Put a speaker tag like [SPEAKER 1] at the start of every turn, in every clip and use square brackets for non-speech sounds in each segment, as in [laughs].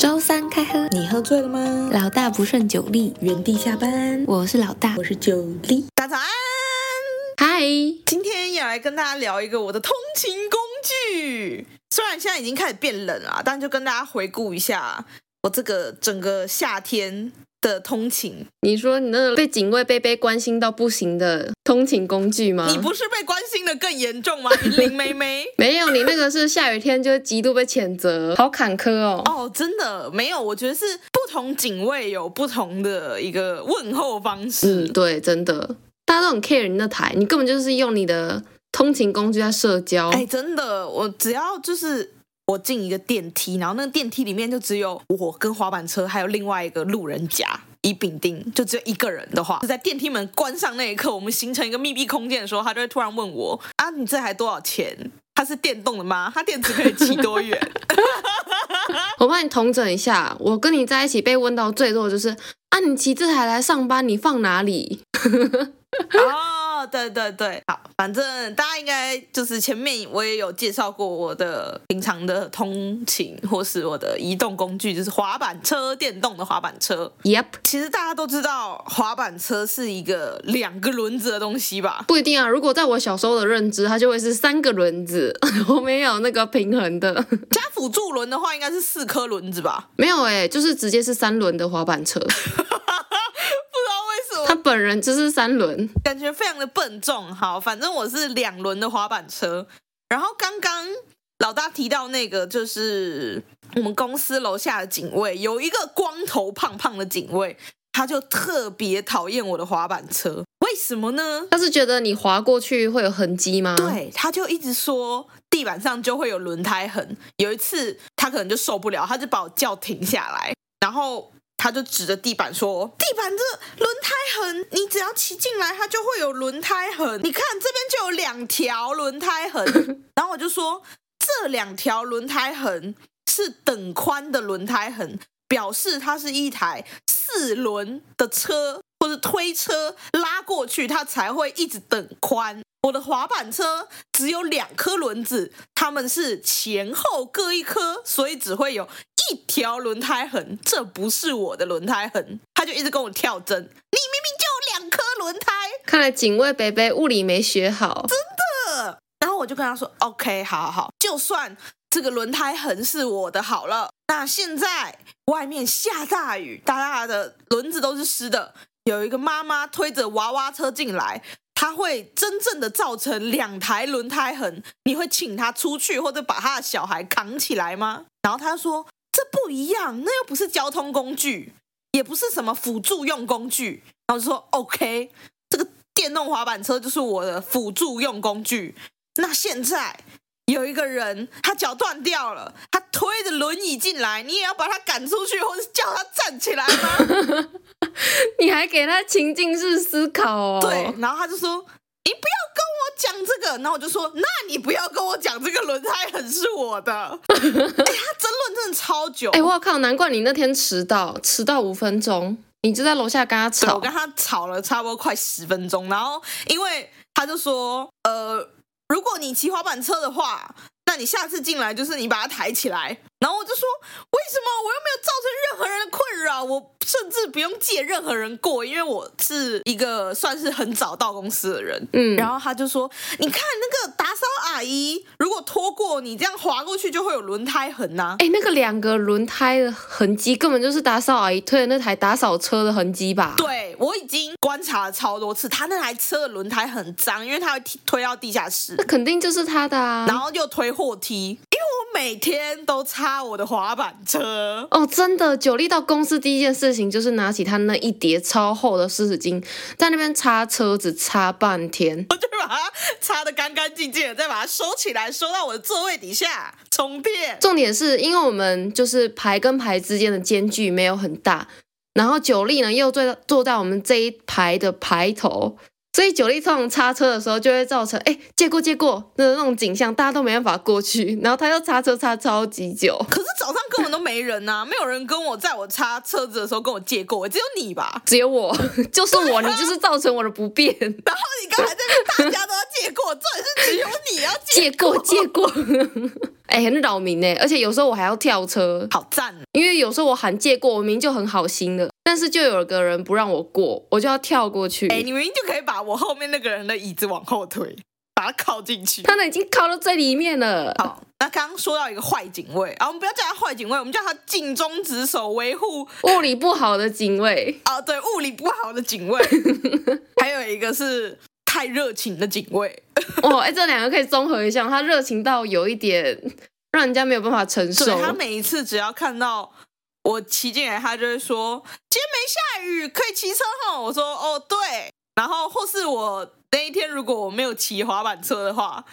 [SPEAKER 1] 周三开喝，
[SPEAKER 2] 你喝醉了吗？
[SPEAKER 1] 老大不顺酒力，
[SPEAKER 2] 原地下班，
[SPEAKER 1] 我是老大
[SPEAKER 2] 我。是九力。大家早安，
[SPEAKER 1] 嗨，
[SPEAKER 2] 今天要来跟大家聊一个我的通勤工具。虽然现在已经开始变冷了啊，但就跟大家回顾一下我这个整个夏天的通勤。
[SPEAKER 3] 你说你那个被警卫贝贝关心到不行的通勤工具吗？
[SPEAKER 2] 你不是被关心的更严重吗？云林妹妹。
[SPEAKER 3] 没有，你那个是下雨天就会极度被谴责，好坎坷哦。
[SPEAKER 2] 哦，真的没有，我觉得是不同警卫有不同的一个问候方式。
[SPEAKER 3] 嗯，对，真的，大家都很 care 你那台，你根本就是用你的通勤工具在社交。
[SPEAKER 2] 哎、真的，我只要就是我进一个电梯，然后那个电梯里面就只有我跟滑板车，还有另外一个路人甲。乙丙丁就只有一个人的话，就在电梯门关上那一刻，我们形成一个密闭空间的时候，他就会突然问我：“啊，你这台多少钱？它是电动的吗？它电池可以骑多远 [laughs]
[SPEAKER 3] 我帮你统整一下，我跟你在一起被问到最多的就是啊，你骑这台来上班，你放哪里？？”
[SPEAKER 2] 哦，对对对，好，反正大家应该就是前面我也有介绍过我的平常的通勤或是我的移动工具，就是滑板车，电动的滑板车。
[SPEAKER 3] Yep，
[SPEAKER 2] 其实大家都知道，滑板车是一个两个轮子的东西吧？
[SPEAKER 3] 不一定啊。如果在我小时候的认知，它就会是三个轮子， [laughs] 我没有那个平衡的，
[SPEAKER 2] 加辅助轮的话，应该是四颗轮子吧？
[SPEAKER 3] 没有哎、就是直接是三轮的滑
[SPEAKER 2] [laughs]
[SPEAKER 3] 板车。
[SPEAKER 2] 不知道为什
[SPEAKER 3] 他
[SPEAKER 2] 么，
[SPEAKER 3] 本人就是三轮，
[SPEAKER 2] 感觉非常的笨重。好，反正我是两轮的滑板车。然后刚刚老大提到那个，就是我们公司楼下的警卫有一个光头胖胖的警卫，他就特别讨厌我的滑板车，为什么呢？
[SPEAKER 3] 他是觉得你滑过去会有痕迹吗？，
[SPEAKER 2] 对，他就一直说地板上就会有轮胎痕。有一次他可能就受不了，他就把我叫停下来，然后他就指着地板说：“地板这轮胎痕，你只要骑进来，它就会有轮胎痕。你看这边就有两条轮胎痕。”然后我就说：“这两条轮胎痕是等宽的轮胎痕，表示它是一台四轮的车或是推车拉过去，它才会一直等宽。我的滑板车只有两颗轮子，它们是前后各一颗，所以只会有一条轮胎痕。这不是我的轮胎痕，他就一直跟我跳针。你明明就有两颗轮胎，
[SPEAKER 3] 看来警卫北北物理没学好，
[SPEAKER 2] 然后我就跟他说：“OK，好好好，就算这个轮胎痕是我的好了。那现在外面下大雨，大家的轮子都是湿的。有一个妈妈推着娃娃车进来，她会真正的造成两台轮胎痕。你会请她出去，或者把她的小孩扛起来吗？”然后他说：“这不一样，那又不是交通工具，也不是什么辅助用工具。”然后我就说：“OK，这个电动滑板车就是我的辅助用工具。”那现在有一个人，他脚断掉了，他推着轮椅进来，你也要把他赶出去，或是叫他站起来
[SPEAKER 3] [laughs]
[SPEAKER 2] 吗？
[SPEAKER 3] 你还给他情境式思考哦。
[SPEAKER 2] 对，，然后他就说：“你不要跟我讲这个。”然后我就说：“那你不要跟我讲这个轮胎很是我
[SPEAKER 3] [laughs]
[SPEAKER 2] 的。哎，他争论真的超久，
[SPEAKER 3] 哎、我靠，难怪你那天迟到，迟到五分钟，你就在楼下跟他
[SPEAKER 2] 对
[SPEAKER 3] 吵
[SPEAKER 2] 我跟。他吵了差不多快十分钟，然后因为他就说，呃，如果你骑滑板车的话，那你下次进来就是你把它抬起来。然后我就说，为什么我又没有造成任何人的困扰？我甚至不用借任何人过，因为我是一个算是很早到公司的人。
[SPEAKER 3] 嗯，
[SPEAKER 2] 然后他就说：“你看那个打扫阿姨，如果拖过你这样滑过去，就会有轮胎痕啊呐、
[SPEAKER 3] 哎、那个两个轮胎的痕迹，根本就是打扫阿姨推的那台打扫车的痕迹吧？，
[SPEAKER 2] 对我已经观察了超多次，他那台车的轮胎很脏，因为他会踢推到地下室
[SPEAKER 3] 那，肯定就是他的啊。
[SPEAKER 2] [laughs] 然后又推货梯。因为我每天都擦我的滑板车，
[SPEAKER 3] 哦，真的，九力到公司第一件事情就是拿起他那一叠超厚的湿纸巾，在那边擦车子，擦半天。
[SPEAKER 2] 我就把它擦的干干净净的，再把它收起来，收到我的座位底下充电。
[SPEAKER 3] 重点是因为我们就是排跟排之间的间距没有很大，然后九力呢又坐到坐在我们这一排的排头，所以九力通常擦车的时候就会造成，哎、借过借过的那种景象，大家都没办法过去，然后他又擦车擦超级久，
[SPEAKER 2] 可是早上根本都没人呐、没有人跟我在我擦车子的时候跟我借过，只有你
[SPEAKER 3] [laughs]
[SPEAKER 2] 吧？
[SPEAKER 3] 只有我就是我，你就是造成我的不便，
[SPEAKER 2] 然后你刚才在那边大家都要借过，重点是只有你要借，
[SPEAKER 3] 借
[SPEAKER 2] [laughs]
[SPEAKER 3] 过借过， [laughs] 哎、很扰民哎，而且有时候我还要跳车，
[SPEAKER 2] 好赞哦！
[SPEAKER 3] 因为有时候我喊借过，我明明就很好心的，但是就有个人不让我过，我就要跳过去。
[SPEAKER 2] 哎、你明明就可以把我后面那个人的椅子往后推，把他靠进去。
[SPEAKER 3] 他们已经靠到最里面了，
[SPEAKER 2] 好，那刚刚说到一个坏警卫啊，我们不要叫他坏警卫，我们叫他尽忠职守、维护
[SPEAKER 3] 物理不好的警卫，
[SPEAKER 2] 啊，对物理不好的警卫，还有一个是太热情的警卫，
[SPEAKER 3] 哦，哎、这两个可以综合一下，他热情到有一点让人家没有办法承
[SPEAKER 2] 对
[SPEAKER 3] 受。
[SPEAKER 2] 他每一次只要看到我骑进来，他就会说今天没下雨，可以骑车吼。我说哦对，然后或是我那一天如果我没有骑滑板车的话，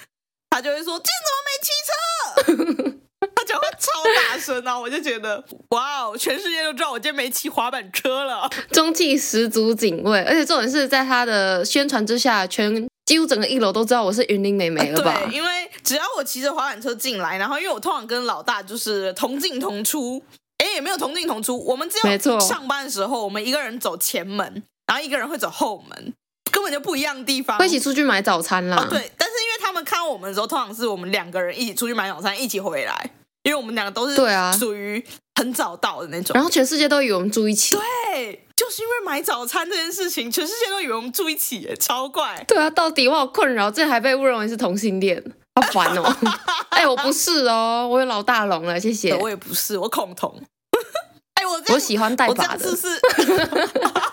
[SPEAKER 2] 他就会说今天怎么没骑车？ [laughs] 他讲话超大声啊，我就觉得哇哦，全世界都知道我今天没骑滑板车了。
[SPEAKER 3] 中气十足警卫，而且重点是在他的宣传之下，全几乎整个一楼都知道我是云林美眉了吧？
[SPEAKER 2] 啊对，因为只要我骑着滑板车进来，然后因为我通常跟老大就是同进同出，哎，也没有同进同出，我们只
[SPEAKER 3] 没
[SPEAKER 2] 有
[SPEAKER 3] 错
[SPEAKER 2] 上班的时候，我们一个人走前门，然后一个人会走后门，根本就不一样的地方。
[SPEAKER 3] 会一起出去买早餐啦。
[SPEAKER 2] 哦，对，但是因为他们看到我们的时候，通常是我们两个人一起出去买早餐，一起回来，因为我们两个都是
[SPEAKER 3] 对啊
[SPEAKER 2] 属于很早到的那种
[SPEAKER 3] 然。后全世界都以为我们住一起。
[SPEAKER 2] 对，就是因为买早餐这件事情，全世界都以为我们住一起耶，超怪。
[SPEAKER 3] [laughs] 对啊，到底我好困扰，这还被误认为是同性恋，好烦
[SPEAKER 2] [laughs]
[SPEAKER 3] 哦！哎、我不是哦，我有老大龙了，谢谢。
[SPEAKER 2] 我也不是，我恐同。 [laughs] 哎，我这
[SPEAKER 3] 我
[SPEAKER 2] 样
[SPEAKER 3] 喜欢带
[SPEAKER 2] 我这
[SPEAKER 3] 把
[SPEAKER 2] 样
[SPEAKER 3] 的
[SPEAKER 2] 是不，是？ [laughs]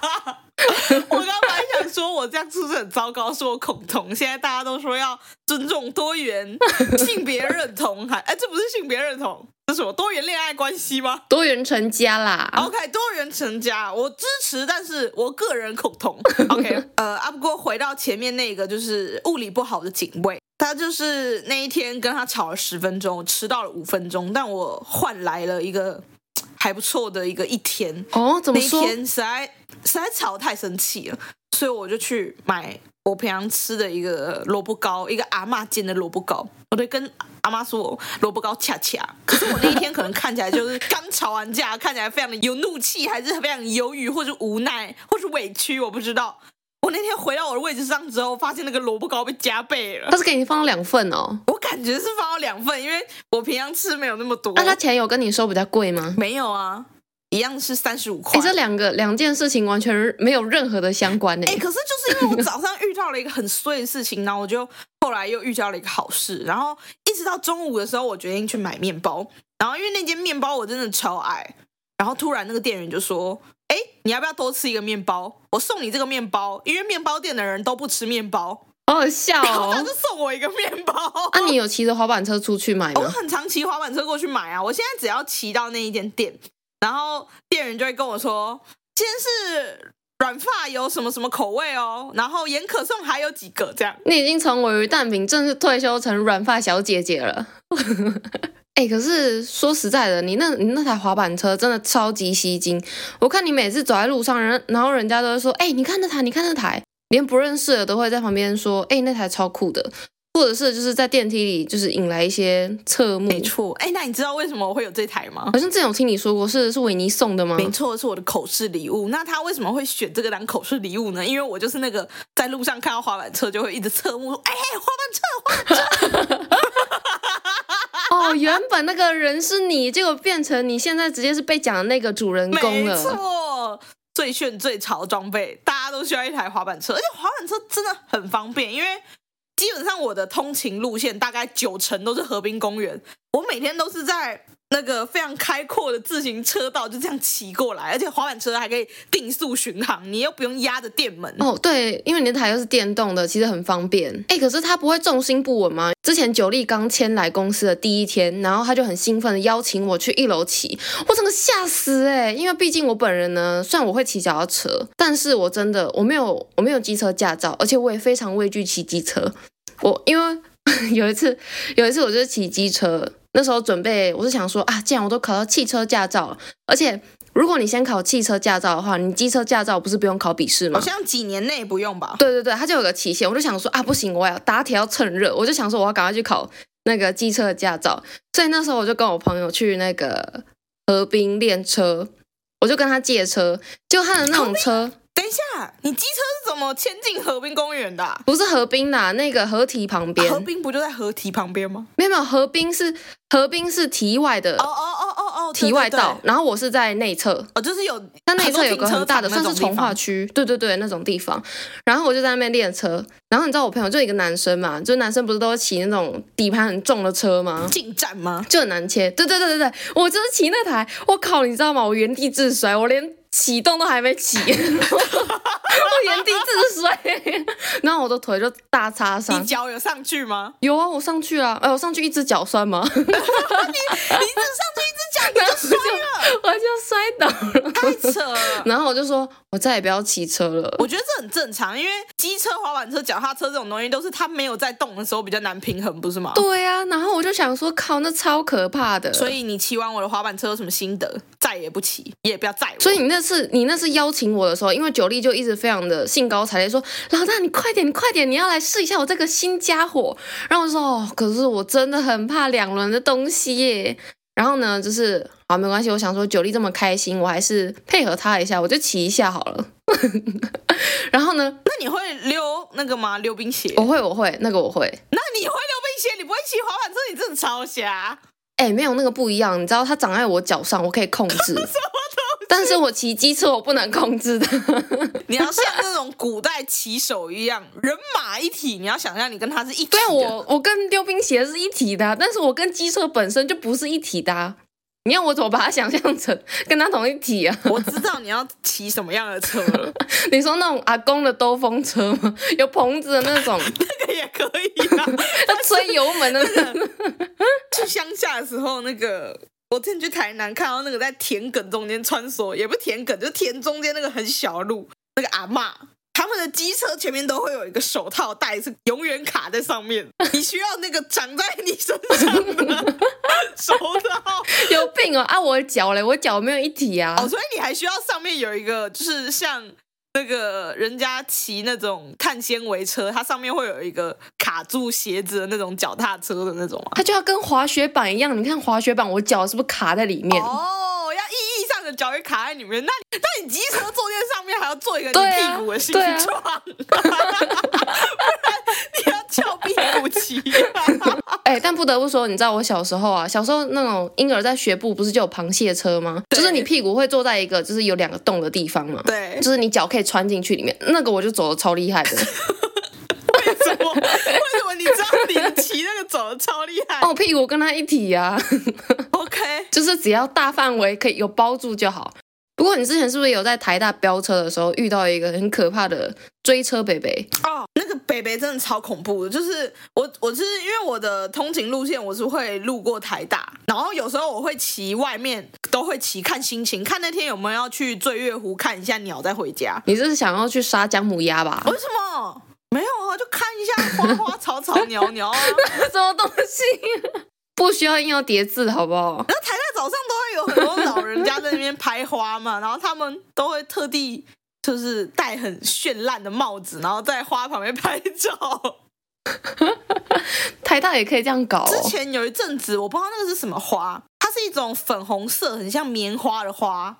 [SPEAKER 2] 我刚本来想说，我这样是不是很糟糕？说我恐同，现在大家都说要尊重多元性别认同，还 [laughs] 哎，这不是性别认同，这是什么多元恋爱关系吗
[SPEAKER 3] 多元成家啦。
[SPEAKER 2] ？OK，多元成家，我支持，但是我个人恐同。OK，呃，
[SPEAKER 3] [laughs]
[SPEAKER 2] 啊，不过回到前面那个，就是物理不好的警卫，他就是那一天跟他吵了十分钟，我迟到了五分钟，但我换来了一个还不错的一个一天。
[SPEAKER 3] 哦，怎
[SPEAKER 2] 那
[SPEAKER 3] 么
[SPEAKER 2] 一
[SPEAKER 3] 说？
[SPEAKER 2] 天实在实在吵得太生气了，所以我就去买我平常吃的一个萝卜糕，一个阿嬷煎的萝卜糕。我就跟阿妈说萝卜糕恰恰，可是我那一天可能看起来就是刚吵完架，看起来非常的有怒气，还是非常犹豫，或者无奈，或是委屈，我不知道。我那天回到我的位置上之后，发现那个萝卜糕被加倍了
[SPEAKER 3] 他，是给你放了两份哦。
[SPEAKER 2] 我感觉是放到两份，因为我平常吃没有那么多。
[SPEAKER 3] 那、他钱有跟你说比较贵吗？
[SPEAKER 2] 没有啊，一样是三十五块。
[SPEAKER 3] 哎、这两个两件事情完全没有任何的相关呢、
[SPEAKER 2] 哎、可是就是因为我早上遇到了一个很衰的事情，然后我就后来又遇到了一个好事，然后一直到中午的时候，我决定去买面包，然后因为那间面包我真的超爱，然后突然那个店员就说：“哎、你要不要多吃一个面包？我送你这个面包，因为面包店的人都不吃面包，
[SPEAKER 3] 好好笑
[SPEAKER 2] 然后他
[SPEAKER 3] 哦
[SPEAKER 2] 就。送哎我一个面包。 [laughs]
[SPEAKER 3] 那、你有骑着滑板车出去买
[SPEAKER 2] 我
[SPEAKER 3] 吗？
[SPEAKER 2] 哦很常骑滑板车过去买啊，我现在只要骑到那一间店，然后店员就会跟我说，今天是软发油什么什么口味哦，然后盐可颂还有几个这样。
[SPEAKER 3] 你已经从尾鱼蛋饼正式退休成软发小姐姐了。 [laughs] 哎、可是说实在的，你那你那台滑板车真的超级吸睛。我看你每次走在路上，人然后人家都会说：“哎、你看那台，你看那台。”连不认识的都会在旁边说：“哎、那台超酷的。”或者是就是在电梯里，就是引来一些侧目。
[SPEAKER 2] 没错，哎，那你知道为什么我会有这台吗？
[SPEAKER 3] 好像之前有听你说过，是是维尼送的吗？
[SPEAKER 2] 没错，是我的口试礼物。那他为什么会选这个当口试礼物呢？因为我就是那个在路上看到滑板车就会一直侧目说：“哎，滑板车，
[SPEAKER 3] 哦，原本那个人是你，结果变成你现在直接是被讲的那个主人公
[SPEAKER 2] 没
[SPEAKER 3] 了。
[SPEAKER 2] 错，最炫最潮装备，大家都需要一台滑板车，而且滑板车真的很方便，因为基本上我的通勤路线大概九成都是河滨公园，我每天都是在。那个非常开阔的自行车道就这样骑过来，而且滑板车还可以定速巡航，你又不用压着电门。
[SPEAKER 3] 哦，对，因为你那台又是电动的，其实很方便。哎，可是他不会重心不稳吗？之前九力刚迁来公司的第一天，然后他就很兴奋的邀请我去一楼骑，我整个吓死哎、因为毕竟我本人呢，虽然我会骑脚踏车，但是我真的我没有我没有机车驾照，而且我也非常畏惧骑机车。我因为 [laughs] 有一次，有一次我就是骑机车，那时候准备，我是想说啊，既然我都考到汽车驾照了，而且如果你先考汽车驾照的话，你机车驾照不是不用考笔试吗
[SPEAKER 2] 好？像几年内不用吧？
[SPEAKER 3] 对对对，它就有个期限。我就想说啊，不行，我要打铁要趁热，我就想说啊我要赶快去考那个机车的驾照。所以那时候我就跟我朋友去那个河滨练车，我就跟他借车，就他的那种车
[SPEAKER 2] 等一下，你机车是怎么迁进河滨公园的啊、
[SPEAKER 3] 不是河滨啦，那个河堤旁边，
[SPEAKER 2] 河滨不就在河堤旁边吗？
[SPEAKER 3] 没有没有，河滨是河滨是堤外的
[SPEAKER 2] 哦哦哦哦哦，对
[SPEAKER 3] 呃堤外道，，
[SPEAKER 2] 对对
[SPEAKER 3] 然后我是在内侧，
[SPEAKER 2] 哦，就是有
[SPEAKER 3] 它内侧有个很大的，
[SPEAKER 2] 很
[SPEAKER 3] 算
[SPEAKER 2] 多
[SPEAKER 3] 是
[SPEAKER 2] 停车
[SPEAKER 3] 从
[SPEAKER 2] 场
[SPEAKER 3] 化区，对对对，那种地方。然后我就在那边练车，然后你知道我朋友就一个男生嘛，就男生不是都骑那种底盘很重的车吗？
[SPEAKER 2] 进站吗？
[SPEAKER 3] 就很难切，对对对对对，我就是骑那台，我靠，你知道吗？我原地自摔，我连启动都还没起，我原地自摔，然后我的腿就大擦
[SPEAKER 2] 你
[SPEAKER 3] 伤。
[SPEAKER 2] 脚有上去吗？ [laughs]
[SPEAKER 3] 有啊，我上去啊，哎、我上去一只脚酸吗？
[SPEAKER 2] 你只上去一只脚，
[SPEAKER 3] 然后我就 [laughs] 我就摔倒了，
[SPEAKER 2] 太扯了。
[SPEAKER 3] 然后我就说，我再也不要骑车了。
[SPEAKER 2] 我觉得这很正常，因为机车、滑板车、脚踏车这种东西都是它没有在动的时候比较难平衡，不是吗？
[SPEAKER 3] 对啊，然后我就想说，靠，那超可怕的。
[SPEAKER 2] 所，以你骑完我的滑板车有什么心得？再也不骑，也不要载我。
[SPEAKER 3] 所以你那次你那次邀请我的时候，因为九力就一直非常的兴高采烈说：“老大，你快点，你快点，你要来试一下我这个新家伙。”然后我就说：“哦，可是我真的很怕两轮的东西耶。”然后呢，就是好没关系，我想说九力这么开心，我还是配合他一下，我就骑一下好了。 [laughs] 然后呢，
[SPEAKER 2] 那你会溜那个吗？溜冰鞋？
[SPEAKER 3] 我会，我会，那个我会。
[SPEAKER 2] 那你会溜冰鞋，你不会骑滑板车，你真的超瞎。
[SPEAKER 3] 哎、没有那个不一样，你知道它长在我脚上，我可以控制。但是我骑机车我不能控制的。
[SPEAKER 2] 你要像那种古代骑手一样，人马一体。你要想象你跟他是一体的。
[SPEAKER 3] 对啊，我我跟溜冰鞋是一体的啊、但是我跟机车本身就不是一体的啊、你要我怎么把它想象成 [laughs] 跟它同一体啊？ [laughs]
[SPEAKER 2] [laughs] 我知道你要骑什么样的车了，
[SPEAKER 3] 你说那种阿公的兜风车吗？有棚子的那种，
[SPEAKER 2] 这个也可以啊。 [laughs]
[SPEAKER 3] 要吹油门的那种。
[SPEAKER 2] 去乡下的时候，那个我之前去台南看到那个在田埂中间穿梭，也不是田埂，就是田中间那个很小的路，那个阿嬷，他们的机车前面都会有一个手套带，是永远卡在上面，你需要那个长在你身上的手套。
[SPEAKER 3] [laughs] 有病哦！啊，我的脚嘞，我脚没有一体啊。
[SPEAKER 2] 哦，所以你还需要上面有一个，就是像那个人家骑那种碳纤维车，它上面会有一个卡住鞋子的那种脚踏车的那种啊。
[SPEAKER 3] 它就要跟滑雪板一样，你看滑雪板，我脚是不是卡在里面？
[SPEAKER 2] 哦，要意义上的脚也卡在里面，那你那你机车坐垫上面还要做一个你
[SPEAKER 3] 对啊
[SPEAKER 2] 屁股的形
[SPEAKER 3] 对啊
[SPEAKER 2] 状， [laughs] 不然你要翘屁股骑、啊
[SPEAKER 3] [laughs] 哎、但不得不说，你知道我小时候啊，小时候那种婴儿在学步不是就有螃蟹车吗？
[SPEAKER 2] 对
[SPEAKER 3] 就是你屁股会坐在一个就是有两个洞的地方嘛，
[SPEAKER 2] 对
[SPEAKER 3] 就，是你脚可以穿进去里面，那个我就走的超厉害的。
[SPEAKER 2] [laughs]
[SPEAKER 3] [laughs]
[SPEAKER 2] 为什么？为什么你知道你骑那个走的超厉害、
[SPEAKER 3] 哦，我屁股跟它一体啊，
[SPEAKER 2] o k
[SPEAKER 3] [laughs] 就是只要大范围可以有包住就好。不过你之前是不是有在台大飙车的时候遇到一个很可怕的追车北北？
[SPEAKER 2] 哦，那个北北真的超恐怖的，就是我我是因为我的通勤路线我是会路过台大，然后有时候我会骑外面，都会骑看心情，看那天有没有要去醉月湖看一下鸟再回家。
[SPEAKER 3] 你这是想要去杀姜母鸭吧？
[SPEAKER 2] 为什么？没有啊，就看一下花花草草鸟鸟啊。
[SPEAKER 3] [laughs] 什么东西？啊不需要硬要叠字，好不好？
[SPEAKER 2] 那台大早上都会有很多老人家在那边拍花嘛，然后他们都会特地就是戴很绚烂的帽子，然后在花旁边拍照。
[SPEAKER 3] 台大也可以这样搞、哦
[SPEAKER 2] 之。前有一阵子，我不知道那个是什么花，它是一种粉红色，很像棉花的花，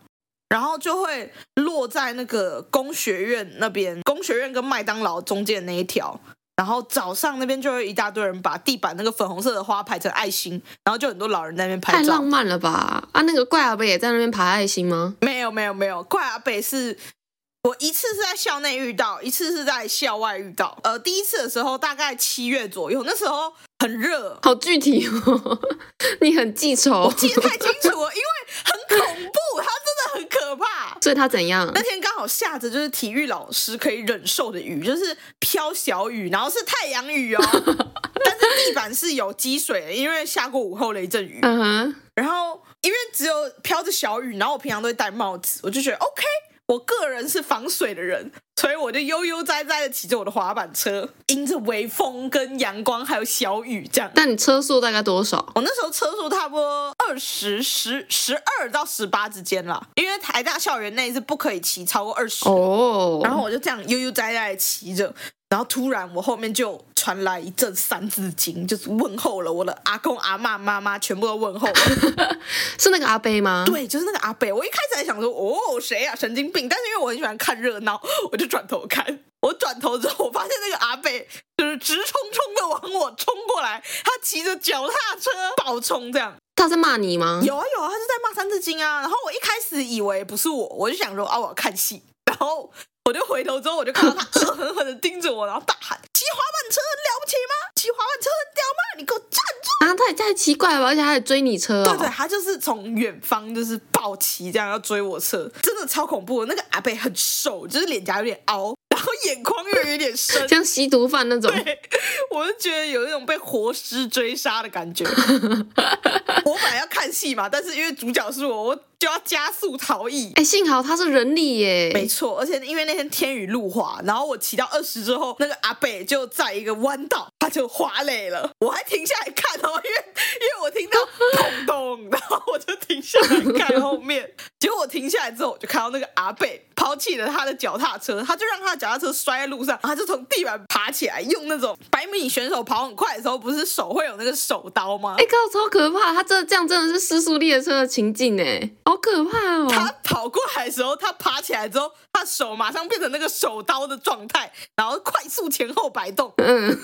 [SPEAKER 2] 然后就会落在那个工学院那边，工学院跟麦当劳中间的那一条。然后早上那边就会一大堆人把地板那个粉红色的花排成爱心，然后就很多老人在那边
[SPEAKER 3] 太
[SPEAKER 2] 拍照
[SPEAKER 3] 浪。漫了吧！啊，那个怪阿伯也在那边爬爱心吗？
[SPEAKER 2] 没有没有没有，怪阿北是我一次是在校内遇到，一次是在校外遇到。呃，第一次的时候大概七月左右，那时候很热，
[SPEAKER 3] 好具体哦， [laughs] 你很记仇
[SPEAKER 2] 我，记得太清楚了，因为很恐怖，它真的很可怕。
[SPEAKER 3] [laughs] 所以他怎样 [laughs]
[SPEAKER 2] 那？天刚好下着就是体育老师可以忍受的雨，就是飘小雨，然后是太阳雨哦，但是地板是有积水的，因为下过午后雷阵雨。
[SPEAKER 3] 嗯哼，
[SPEAKER 2] 然后因为只有飘着小雨，然后我平常都会戴帽子，我就觉得 OK，我个人是防水的人，所以我就悠悠哉哉的骑着我的滑板车，迎着微风、跟阳光还有小雨这样。
[SPEAKER 3] 但你车速大概多少？
[SPEAKER 2] 我那时候车速差不多二十十十二到十八之间啦，因为台大校园内是不可以骑超过二十、
[SPEAKER 3] 哦，
[SPEAKER 2] 然后我就这样悠悠哉哉的骑着，然后突然我后面就传来一阵三字经，就是问候了我的阿公、阿嬷、妈妈，全部都问候了。
[SPEAKER 3] 是那个阿贝吗？，
[SPEAKER 2] 对，就是那个阿北。我一开始还想说，哦，谁呀、神经病！但是因为我很喜欢看热闹， [laughs] 我就转头看。我转头之后，我发现那个阿北就是直冲冲的往我冲过来，他骑着脚踏车暴冲这样。
[SPEAKER 3] 他在骂你吗？
[SPEAKER 2] [laughs] 有啊有啊，他就在骂《三字经》啊。然后我一开始以为不是我，我就想说啊，我要看戏。然后我就回头之后，我就看到他恶狠狠的盯着我，然后大喊：“骑滑板车了不起吗？骑滑板车很屌吗？你给我站住！”
[SPEAKER 3] 啊，他也太奇怪了吧，而且他还追你车、哦。，
[SPEAKER 2] 对对，他就是从远方就是暴骑这样要追我车，真的超恐怖的。那个阿贝很瘦，就是脸颊有点凹，然后眼眶又有点深
[SPEAKER 3] [laughs] 像吸毒犯那种。
[SPEAKER 2] 我就觉得有一种被活尸追杀的感觉。我本来要看戏嘛，但是因为主角是我，我就要加速逃逸。
[SPEAKER 3] 哎，幸好他是人力
[SPEAKER 2] 没
[SPEAKER 3] 耶，
[SPEAKER 2] 错，而且因为那天天雨路滑，然后我骑到二十之后，那个阿北就在一个弯道，他就滑累了，我还停下来看哦，因为因为我听到咚咚，然后我就停下来看后面，结果我停下来之后，我就看到那个阿北抛弃了他的脚踏车，他就让他的脚踏车摔在路上，然后他就从地板爬起来，用那种百米选手跑很快的时候，不是手会有那个手刀吗
[SPEAKER 3] 哎，？靠，超可怕！他这这样真的是失速列车的情境哎，好可怕
[SPEAKER 2] 他
[SPEAKER 3] 哦。
[SPEAKER 2] 跑过来的时候，他爬起来之后，他手马上变成那个手刀的状态，然后快速前后摆动。
[SPEAKER 3] 嗯，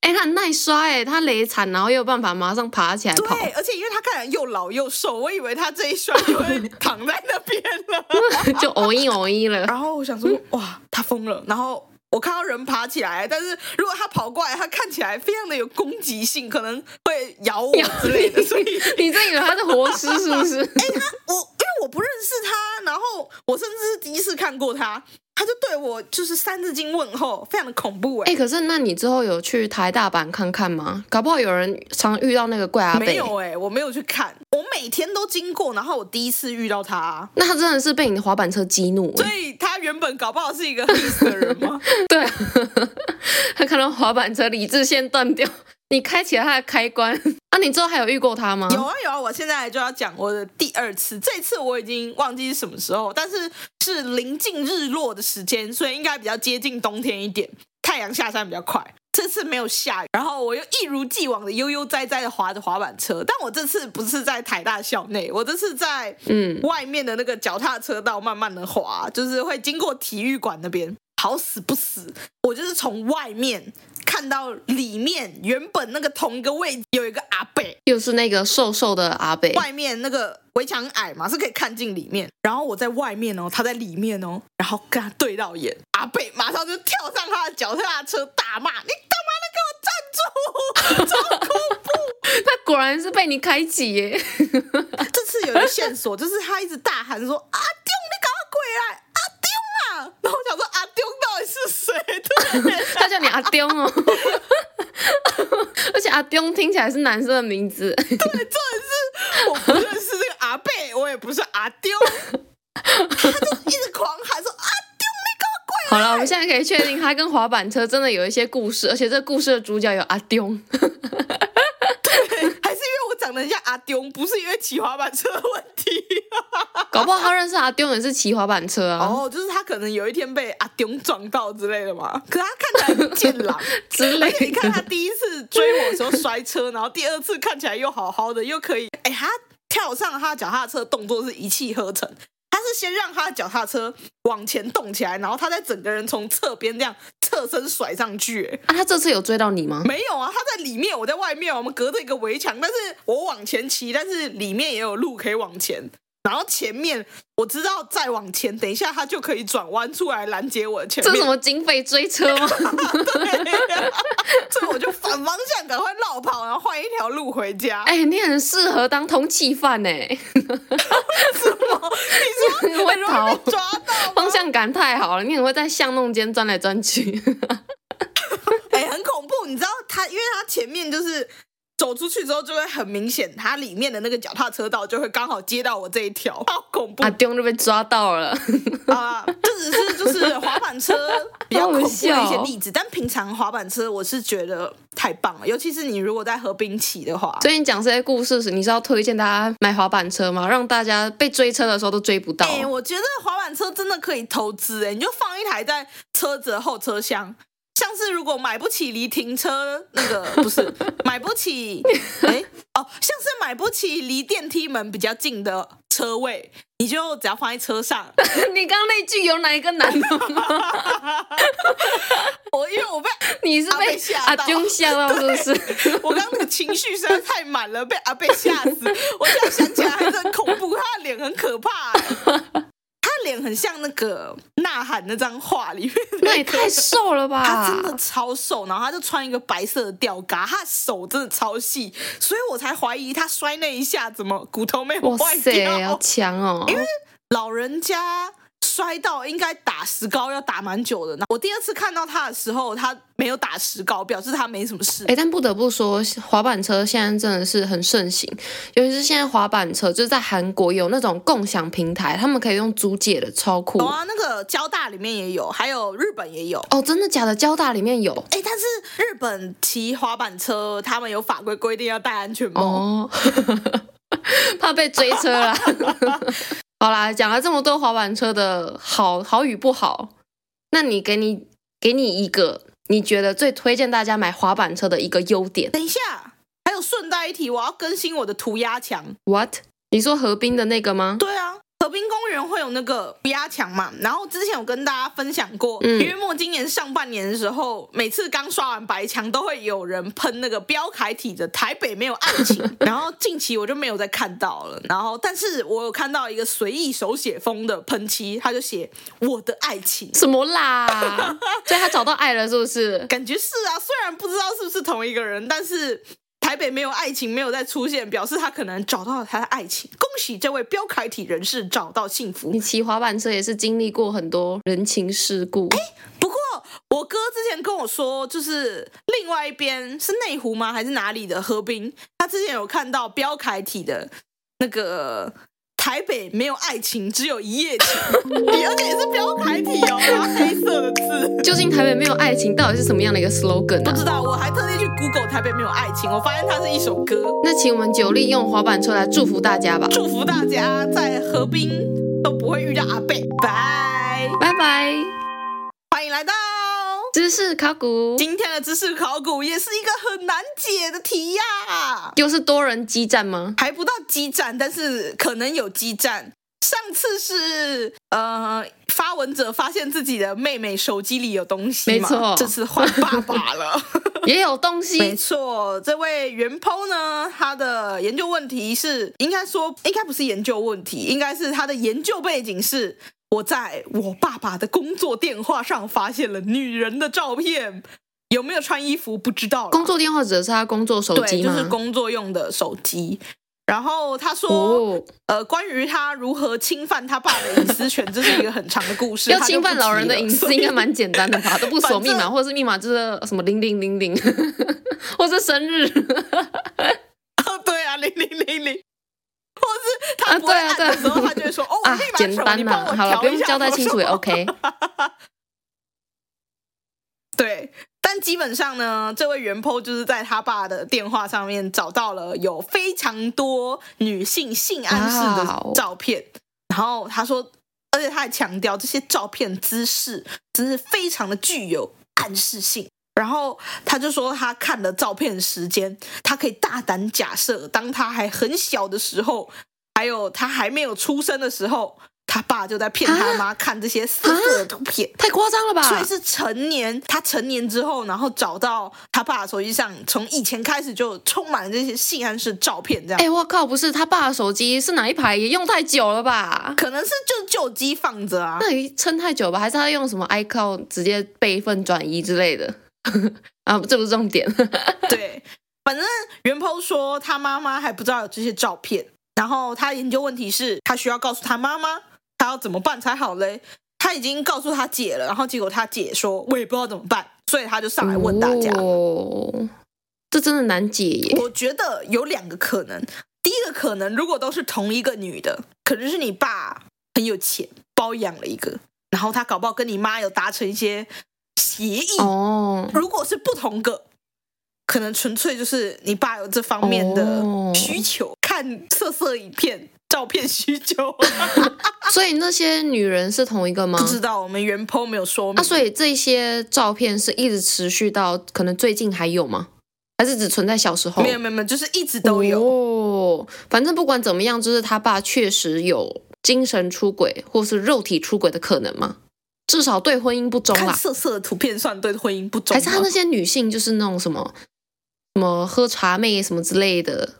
[SPEAKER 3] 哎，他很耐摔哎，他累惨，然后又有办法马上爬起来跑。
[SPEAKER 2] 对，而且因为他看起来又老又瘦，我以为他这一摔就会躺在那边
[SPEAKER 3] [laughs]
[SPEAKER 2] 了。
[SPEAKER 3] [laughs] 就偶一偶一了。
[SPEAKER 2] [laughs] 然后我想说，哇，他疯了。然后我看到人爬起来，但是如果他跑过来，他看起来非常的有攻击性，可能会咬我之类的，所以。哎
[SPEAKER 3] 你真以为他是活尸是不
[SPEAKER 2] [laughs]
[SPEAKER 3] 是？
[SPEAKER 2] 我因为我不认识他，然后我甚至是第一次看过他，他就对我就是三字经问候，非常的恐怖哎、
[SPEAKER 3] 哎、可是那你之后有去台大阪看看吗？搞不好有人常遇到那个怪阿
[SPEAKER 2] 没
[SPEAKER 3] 贝，
[SPEAKER 2] 有哎、我没有去看，我每天都经过，然后我第一次遇到他，
[SPEAKER 3] 那他真的是被你的滑板车激怒、
[SPEAKER 2] 所以他原本搞不好是一个 peace 的人吗？
[SPEAKER 3] [laughs] 对，他看到滑板车理智线断掉，你开启了他的开关。 [laughs] 啊，你之后还有遇过他吗？
[SPEAKER 2] 有啊有啊，我现在就要讲我的第二次，这次我已经忘记是什么时候，但是是临近日落的时间，所以应该比较接近冬天一点，太阳下山比较快。这次没有下雨，然后我又一如既往的悠悠哉哉的滑着滑板车，但我这次不是在台大校内，我这次在
[SPEAKER 3] 嗯，
[SPEAKER 2] 外面的那个脚踏车道慢慢的滑，就是会经过体育馆那边。好死不死，我就是从外面看到里面原本那个同一个位置有一个阿北，
[SPEAKER 3] 又是那个瘦瘦的阿贝，
[SPEAKER 2] 外面那个围墙很矮嘛，是可以看进里面。然后我在外面哦，他在里面哦，然后跟他对到眼，阿贝马上就跳上他的脚踏车大骂：“你他妈的给我站住！” [laughs] 超恐
[SPEAKER 3] 他果然是被你开启耶。 [laughs]
[SPEAKER 2] 这次有一个线索，就是他一直大喊说：“阿丢，你赶快过来！阿丢啊！”然后我想说阿丢到底是谁？对。
[SPEAKER 3] 他叫你阿丢哦， [laughs] 而且阿丢听起来是男生的名字。 [laughs]
[SPEAKER 2] 我不认识这个阿贝，我也不是阿丢，他就一直狂喊说阿丢，
[SPEAKER 3] 好了，我们现在可以确定他跟滑板车真的有一些故事，而且这故事的主角有阿丢。
[SPEAKER 2] 你还是因为我长得很像阿丢，不是因为骑滑板车的问题。
[SPEAKER 3] [laughs] 搞不好他认识阿丢也是骑滑板车啊、
[SPEAKER 2] 哦，就是他可能有一天被阿丢撞到之类的嘛，可是他看起来很健朗
[SPEAKER 3] [laughs] 之类
[SPEAKER 2] 而且你看
[SPEAKER 3] 的。
[SPEAKER 2] 他第一次追我的时候摔车，然后第二次看起来又好好的，又可以，哎，他跳上他的脚踏车动作是一气呵成。他是先让他的脚踏车往前动起来，然后他再整个人从侧边这样侧身甩上去。哎
[SPEAKER 3] 啊，他这次有追到你吗？
[SPEAKER 2] 没有啊，他在里面，我在外面，我们隔着一个围墙，但是我往前骑，但是里面也有路可以往前。然后前面我知道再往前，等一下他就可以转弯出来拦截我的前
[SPEAKER 3] 这
[SPEAKER 2] 面。
[SPEAKER 3] 是
[SPEAKER 2] [laughs]
[SPEAKER 3] 什么警匪追车吗？ [laughs]
[SPEAKER 2] 所以我就反方向赶快绕跑，然后换一条路回
[SPEAKER 3] [laughs]
[SPEAKER 2] 家。
[SPEAKER 3] 哎、你很适合当通缉犯哎、
[SPEAKER 2] 你
[SPEAKER 3] 你
[SPEAKER 2] 说
[SPEAKER 3] 会
[SPEAKER 2] 很容
[SPEAKER 3] 逃
[SPEAKER 2] 易被抓到吗
[SPEAKER 3] 方？向感太好了，你很会在巷弄间钻来钻去。
[SPEAKER 2] 哎、很恐怖。你知道他，因为他前面就是走出去之后就会很明显，它里面的那个脚踏车道就会刚好接到我这一条，好恐怖
[SPEAKER 3] 阿丢就被抓到了。
[SPEAKER 2] 啊！这只是就是滑板车比较恐怖的一
[SPEAKER 3] 好
[SPEAKER 2] 些
[SPEAKER 3] 笑
[SPEAKER 2] 例子，但平常滑板车我是觉得太棒了，尤其是你如果在河滨骑的话，
[SPEAKER 3] 所以你讲这些故事时，你是要推荐大家买滑板车吗？让大家被追车的时候都追不到。
[SPEAKER 2] 哎、我觉得滑板车真的可以投资，哎，你就放一台在车子的后车厢。像是如果买不起离停车那个不
[SPEAKER 3] [laughs]
[SPEAKER 2] 是买不起，哎、哦，像是买不起离电梯门比较近的车位，你就只要放在车上。
[SPEAKER 3] 你刚刚那句有哪一个哦男
[SPEAKER 2] [laughs]
[SPEAKER 3] 的吗？
[SPEAKER 2] 我因为我被
[SPEAKER 3] 你是
[SPEAKER 2] 啊被
[SPEAKER 3] 被
[SPEAKER 2] 吓
[SPEAKER 3] 阿
[SPEAKER 2] 到
[SPEAKER 3] 丢吓到是不是？ [laughs]
[SPEAKER 2] 我刚刚的情绪实在太满了，被阿贝吓死。我现在想起来还是很恐怖，他的脸很可怕、哎他的脸很像那个《呐喊》那张画里面
[SPEAKER 3] 那也太瘦了吧！
[SPEAKER 2] 他真的超瘦，然后他就穿一个白色的吊嘎，他的手真的超细，所以我才怀疑他摔那一下怎么骨头没有
[SPEAKER 3] 哇
[SPEAKER 2] 坏
[SPEAKER 3] 塞，好
[SPEAKER 2] 掉。
[SPEAKER 3] 强哦！
[SPEAKER 2] 老人家摔到应该打石膏要打蛮久的。我第二次看到他的时候，他没有打石膏，表示他没什么事
[SPEAKER 3] 哎、。但不得不说，滑板车现在真的是很盛行，尤其是现在滑板车就是在韩国有那种共享平台，他们可以用租借的，超酷
[SPEAKER 2] 有啊，那个交大里面也有，还有日本也有。
[SPEAKER 3] 哦！真的假的？交大里面有
[SPEAKER 2] 哎，但是日本骑滑板车，他们有法规规定要戴安全帽。
[SPEAKER 3] 哦， [laughs] 怕被追车啦。 [laughs] 好啦，讲了这么多滑板车的好好与不好，那你给你给你一个你觉得最推荐大家买滑板车的一个优点
[SPEAKER 2] 等一下，还有顺带一提，我要更新我的涂鸦墙。
[SPEAKER 3] ？What？你说河滨的那个吗？
[SPEAKER 2] 对啊，河滨公园会有那个涂鸦墙嘛。然后之前有跟大家分享过，
[SPEAKER 3] 嗯
[SPEAKER 2] 因为莫今年上半年的时候，每次刚刷完白墙，都会有人喷那个标楷体的“台北没有爱情”。然后近期我就没有再看到了。然后，但是我有看到一个随意手写风的喷漆，他就写“我的爱情”。
[SPEAKER 3] 什么啦？ [laughs] 所以他找到爱了，是不是？
[SPEAKER 2] 感觉是啊，虽然不知道是不是同一个人，但是台北没有爱情没有再出现，表示他可能找到了他的爱情。恭喜这位标楷体人士找到幸福
[SPEAKER 3] 你。骑滑板车也是经历过很多人情世故，
[SPEAKER 2] 不过我哥之前跟我说，就是另外一边是内湖吗？还是哪里的河滨？他之前有看到标楷体的那个。台北没有爱情，只有一夜情，而且也是标楷体哦，然后黑色的字。
[SPEAKER 3] 究竟台北没有爱情到底是什么样的一个 slogan
[SPEAKER 2] 不
[SPEAKER 3] 啊
[SPEAKER 2] 知？道，我还特地去 Google 台北没有爱情，我发现它是一首歌。
[SPEAKER 3] 那请我们九力用滑板车来祝福大家吧，
[SPEAKER 2] 祝福大家在河滨都不会遇到阿贝，拜！
[SPEAKER 3] 拜拜！
[SPEAKER 2] 欢迎来到
[SPEAKER 3] 知识考古
[SPEAKER 2] 今天的知识考古，也是一个很难解的题呀、
[SPEAKER 3] 又是多人激
[SPEAKER 2] [laughs]
[SPEAKER 3] 战吗？
[SPEAKER 2] 还不到激战，但是可能有激战。上次是呃，发文者发现自己的妹妹手机里有东西嘛，
[SPEAKER 3] 没错
[SPEAKER 2] 这次换爸爸
[SPEAKER 3] [laughs]
[SPEAKER 2] 了。
[SPEAKER 3] 也有东
[SPEAKER 2] 没
[SPEAKER 3] 西，
[SPEAKER 2] 错，这位袁抛呢，他的研究问题是，应该说应该不是研究问题，应该是他的研究背景是，我在我爸爸的工作电话上发现了女人的照片，有没有穿衣服不知道啦
[SPEAKER 3] 工作电话指的是他工作手
[SPEAKER 2] 对，
[SPEAKER 3] 机
[SPEAKER 2] 就
[SPEAKER 3] 吗？
[SPEAKER 2] 是工作用的手机。然后他说，
[SPEAKER 3] 哦，
[SPEAKER 2] 呃，关于他如何侵犯他爸的隐私权，这是一个很长的故事。
[SPEAKER 3] [laughs] 要
[SPEAKER 2] 他就
[SPEAKER 3] 侵
[SPEAKER 2] 不
[SPEAKER 3] 犯老
[SPEAKER 2] 提
[SPEAKER 3] 人的
[SPEAKER 2] 了
[SPEAKER 3] 隐
[SPEAKER 2] 所
[SPEAKER 3] 私
[SPEAKER 2] 以
[SPEAKER 3] 应该
[SPEAKER 2] [laughs]
[SPEAKER 3] 蛮简单的吧？都不
[SPEAKER 2] 反
[SPEAKER 3] 锁密码，
[SPEAKER 2] 正
[SPEAKER 3] 或者是密码就是什么零零零零， [laughs] 或是生日
[SPEAKER 2] 哦对啊，零零零零，或是他
[SPEAKER 3] 啊
[SPEAKER 2] 不会
[SPEAKER 3] 对啊
[SPEAKER 2] 按
[SPEAKER 3] 对
[SPEAKER 2] 的
[SPEAKER 3] 啊
[SPEAKER 2] 时候，他就会说：“哦，我
[SPEAKER 3] 啊
[SPEAKER 2] 立，马
[SPEAKER 3] 简
[SPEAKER 2] 手
[SPEAKER 3] 单
[SPEAKER 2] 你
[SPEAKER 3] 呐
[SPEAKER 2] 帮我，
[SPEAKER 3] 好了，
[SPEAKER 2] 调
[SPEAKER 3] 不
[SPEAKER 2] 一
[SPEAKER 3] 用
[SPEAKER 2] 下
[SPEAKER 3] 交代
[SPEAKER 2] 手
[SPEAKER 3] 清楚也
[SPEAKER 2] 手 [laughs]
[SPEAKER 3] OK。
[SPEAKER 2] 对，但基本上呢，这位原 po 就是在他爸的电话上面找到了有非常多女性性暗示
[SPEAKER 3] 哇
[SPEAKER 2] 的
[SPEAKER 3] 哦
[SPEAKER 2] 照片，然后他说，而且他还强调这些照片姿势真是非常的具有暗示性。然后他就说，他看了照片时间，他可以大胆假设，当他还很小的时候，还有他还没有出生的时候，他爸就在骗
[SPEAKER 3] 啊
[SPEAKER 2] 他妈看这些色色的图片。
[SPEAKER 3] 太夸张了吧？
[SPEAKER 2] 所以是成年，他成年之后，然后找到他爸的手机上，从以前开始就充满了这些性暗示照片，这样、
[SPEAKER 3] 哎、我靠，不是他爸的手机是哪一排？也用太久了
[SPEAKER 2] [laughs]
[SPEAKER 3] 吧？
[SPEAKER 2] 可能是就旧机放着
[SPEAKER 3] [laughs]
[SPEAKER 2] 啊。
[SPEAKER 3] 那也撑太久吧？还是他用什么 iCloud 直接备份转移之类的？ [laughs] 啊，这不是重点。
[SPEAKER 2] 对，反正袁鹏说他妈妈还不知道有这些照片，然后他研究问题是，他需要告诉他妈妈，他要怎么办才好嘞？他已经告诉他姐了，然后结果他姐说我也不知道怎么办，所以他就上来问大家。
[SPEAKER 3] 哦这真的难解耶。
[SPEAKER 2] 我觉得有两个可能，第一个可能如果都是同一个女的，可能是你爸很有钱，包养了一个，然后他搞不好跟你妈有达成一些协议。
[SPEAKER 3] 哦，
[SPEAKER 2] 如果是不同个，可能纯粹就是你爸有这方面的
[SPEAKER 3] 哦
[SPEAKER 2] 需求，看色色影片、照片需
[SPEAKER 3] [laughs]
[SPEAKER 2] 求。
[SPEAKER 3] 嗯所以那些女人是同一个吗
[SPEAKER 2] 不？知道我们原 PO 没有说明。
[SPEAKER 3] 啊，所以这些照片是一直持续到可能最近还有吗？还是只存在小时候？
[SPEAKER 2] 没有没有没有，就是一直都有。
[SPEAKER 3] 哦，反正不管怎么样，就是他爸确实有精神出轨或是肉体出轨的可能嘛，至少对婚姻不忠
[SPEAKER 2] 看
[SPEAKER 3] 啦。
[SPEAKER 2] 色色的图片算对婚姻不忠
[SPEAKER 3] 还
[SPEAKER 2] 吗，
[SPEAKER 3] 是他那些女性就是那种什么什么喝茶妹什么之类的，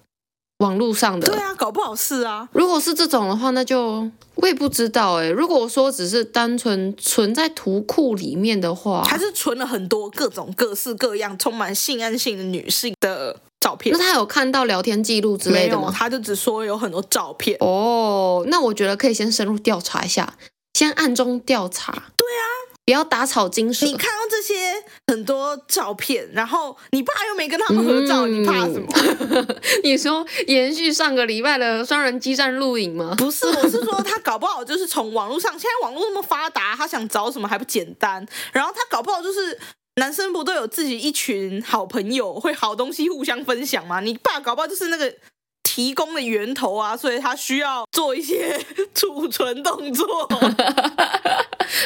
[SPEAKER 3] 网络上的。
[SPEAKER 2] 对啊，搞不好是啊。
[SPEAKER 3] 如果是这种的话，那就我也不知道哎、如果我说只是单纯存在图库里面的话，
[SPEAKER 2] 还是存了很多各种各式各样充满性暗性的女性的照片
[SPEAKER 3] 那他有看到聊天记录之类的
[SPEAKER 2] 没有
[SPEAKER 3] 吗？
[SPEAKER 2] 他就只说有很多照片。
[SPEAKER 3] 哦，那我觉得可以先深入调查一下，先暗中调查。对啊，不要打草惊蛇
[SPEAKER 2] 你。看到这些很多照片，然后你爸又没跟他们合照，
[SPEAKER 3] 嗯
[SPEAKER 2] 你怕什么？
[SPEAKER 3] [laughs] 你说延续上个礼拜的双人激战录影吗？
[SPEAKER 2] 不是，我是说他搞不好就是从网络上，现在网络那么发达，他想找什么还不简单？然后他搞不好就是男生不都有自己一群好朋友，会好东西互相分享吗？你爸搞不好就是那个提供的源头啊，所以他需要做一些 [laughs] 储存动作。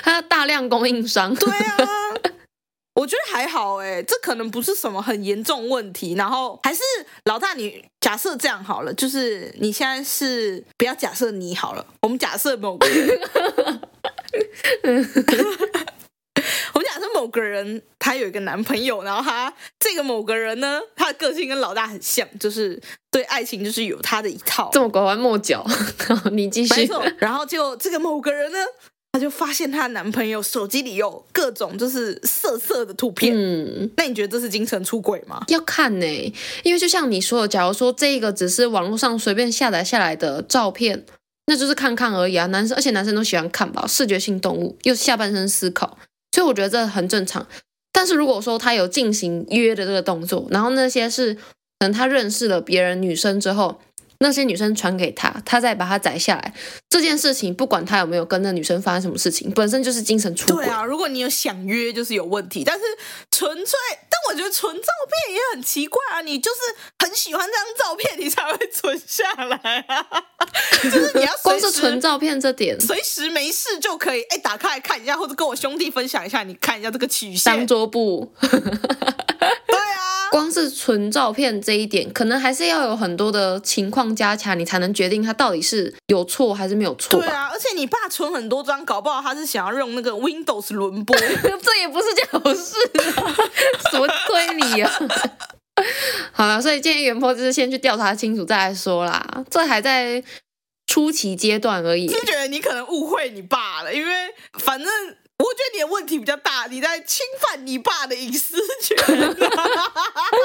[SPEAKER 3] 他大量供应商。
[SPEAKER 2] 对啊，我觉得还好哎、这可能不是什么很严重问题。然后还是老大你，假设这样好了，就是你现在是不要假设你好了，我们假设某个人， [laughs] 我们假设某个人他有一个男朋友，然后他这个某个人呢，他的个性跟老大很像，就是对爱情就是有他的一套
[SPEAKER 3] 这。么拐弯抹角， [laughs] 好你继
[SPEAKER 2] 没 [laughs]
[SPEAKER 3] 续。
[SPEAKER 2] 错。然后就这个某个人呢，她就发现她男朋友手机里有各种就是色色的图片。
[SPEAKER 3] 嗯，
[SPEAKER 2] 那你觉得这是精神出轨吗？
[SPEAKER 3] 要看呢、因为就像你说的，假如说这个只是网络上随便下载下来的照片，那就是看看而已啊。男生，而且男生都喜欢看吧，视觉性动物，又下半身思考，所以我觉得这很正常。但是如果说他有进行约的这个动作，然后那些是可能他认识了别人女生之后，那些女生传给他，他再把它载下来，这件事情不管他有没有跟那女生发生什么事情，本身就是精神出轨。
[SPEAKER 2] 对啊，如果你有想约，就是有问题。但是纯粹，但我觉得纯照片也很奇怪啊。你就是很喜欢这张照片，你才会存下来 [laughs] 啊。就是你要随
[SPEAKER 3] 光
[SPEAKER 2] 时
[SPEAKER 3] 是存照片这点，
[SPEAKER 2] 随时没事就可以，哎，打开来看一下，或者跟我兄弟分享一下，你看一下这个曲
[SPEAKER 3] 当
[SPEAKER 2] 线。
[SPEAKER 3] 桌布。
[SPEAKER 2] [laughs] 对啊，
[SPEAKER 3] 光是纯照片这一点，可能还是要有很多的情况加强，你才能决定他到底是有错还是没有错
[SPEAKER 2] 对
[SPEAKER 3] 吧。
[SPEAKER 2] 啊，而且你爸存很多张，搞不好他是想要用那个 Windows 轮播。
[SPEAKER 3] [laughs] 这也不是件好事、
[SPEAKER 2] [laughs]
[SPEAKER 3] 啊，什么推理啊？ [laughs] 好了，所以建议元坡就是先去调查清楚再来说啦，这还在初期阶段而已。
[SPEAKER 2] 就觉得你可能误会你爸了，因为反正我觉得你的问题比较大，你在侵犯你爸的隐私权， [laughs]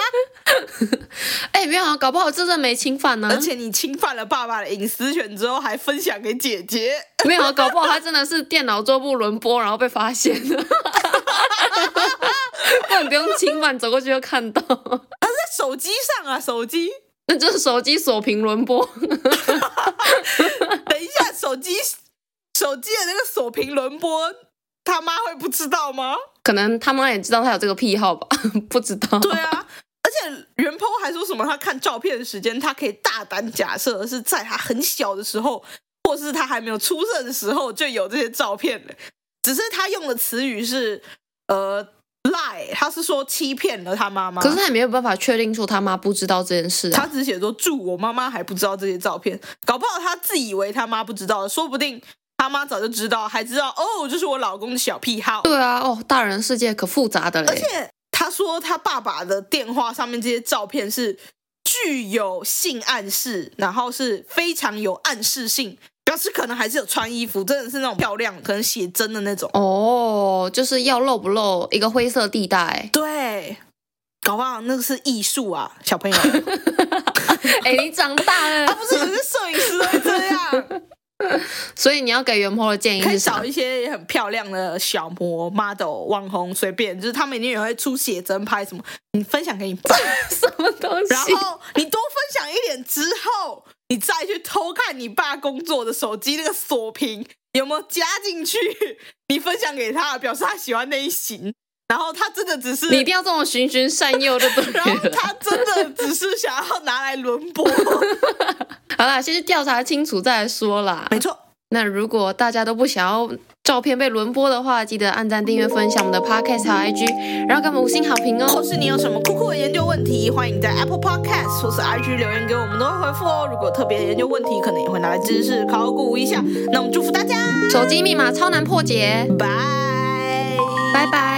[SPEAKER 3] 哎、没有啊，搞不好真的没侵犯呢、啊
[SPEAKER 2] 而且你侵犯了爸爸的隐私权之后，还分享给姐姐。
[SPEAKER 3] [laughs] 没有啊，搞不好他真的是电脑桌布轮播，然后被发现了。 [laughs] 根本不用侵犯，走过去就看到。 [laughs]
[SPEAKER 2] 在手机上啊，手机，
[SPEAKER 3] 那就是手机锁屏轮播，
[SPEAKER 2] 等一下，手机，手机的那个锁屏轮播，他妈会不知道吗？
[SPEAKER 3] 可能他妈也知道他有这个癖好吧， [laughs] 不知道。
[SPEAKER 2] 对啊，而且袁鹏还说什么，他看照片的时间，他可以大胆假设是在他很小的时候，或是他还没有出生的时候就有这些照片了。只是他用的词语是呃 lie，他是说欺骗了他妈妈。
[SPEAKER 3] 可是他也没有办法确定说他妈不知道这件事
[SPEAKER 2] 他
[SPEAKER 3] 啊。
[SPEAKER 2] 只写说祝我妈妈还不知道这些照片，搞不好他自以为他妈不知道，说不定他妈早就知道，还知道哦，这是我老公的小癖好。
[SPEAKER 3] 对啊，哦，大人世界可复杂的嘞。
[SPEAKER 2] 他说他爸爸的电话上面这些照片是具有性暗示，然后是非常有暗示性，表示可能还是有穿衣服，真的是那种漂亮，可能写真的那种。。
[SPEAKER 3] 哦，就是要露不露一个灰色地带
[SPEAKER 2] 对，搞不好那个是艺术啊，小朋友，
[SPEAKER 3] [laughs] 哎、你长大
[SPEAKER 2] 他
[SPEAKER 3] 了，
[SPEAKER 2] 不是有些摄影师都会这样。
[SPEAKER 3] [laughs] 所以你要给袁坡的建议
[SPEAKER 2] 可以
[SPEAKER 3] 是
[SPEAKER 2] 找
[SPEAKER 3] 啥？
[SPEAKER 2] 一些很漂亮的小模、model、网红，随便，就是他们一定也会出写真拍什么，你分享给你爸，
[SPEAKER 3] 什么东西？
[SPEAKER 2] 然后你多分享一点之后，你再去偷看你爸工作的手机那个锁屏有没有加进去，你分享给他，表示他喜欢那一型，然后他真的只是
[SPEAKER 3] [laughs] 你一定要这种循循善诱就对
[SPEAKER 2] 然后 [laughs]
[SPEAKER 3] 了。
[SPEAKER 2] 他真的只是想要拿来轮 [laughs] 播，
[SPEAKER 3] 好啦，先去调查清楚再来说啦。
[SPEAKER 2] 没错，
[SPEAKER 3] 那如果大家都不想要照片被轮播的话，记得按赞、订阅、分享我们的 podcast 和 IG，然后给我们五星好评
[SPEAKER 2] 或
[SPEAKER 3] 哦。
[SPEAKER 2] 是你有什么酷酷的研究问题，欢迎在 Apple Podcast 或是 IG 留言给我们，都会回复哦。如果有特别的研究问题，可能也会拿来知识考古一下。那我们祝福大家，
[SPEAKER 3] 手机密码超难破解，
[SPEAKER 2] 拜
[SPEAKER 3] 拜拜。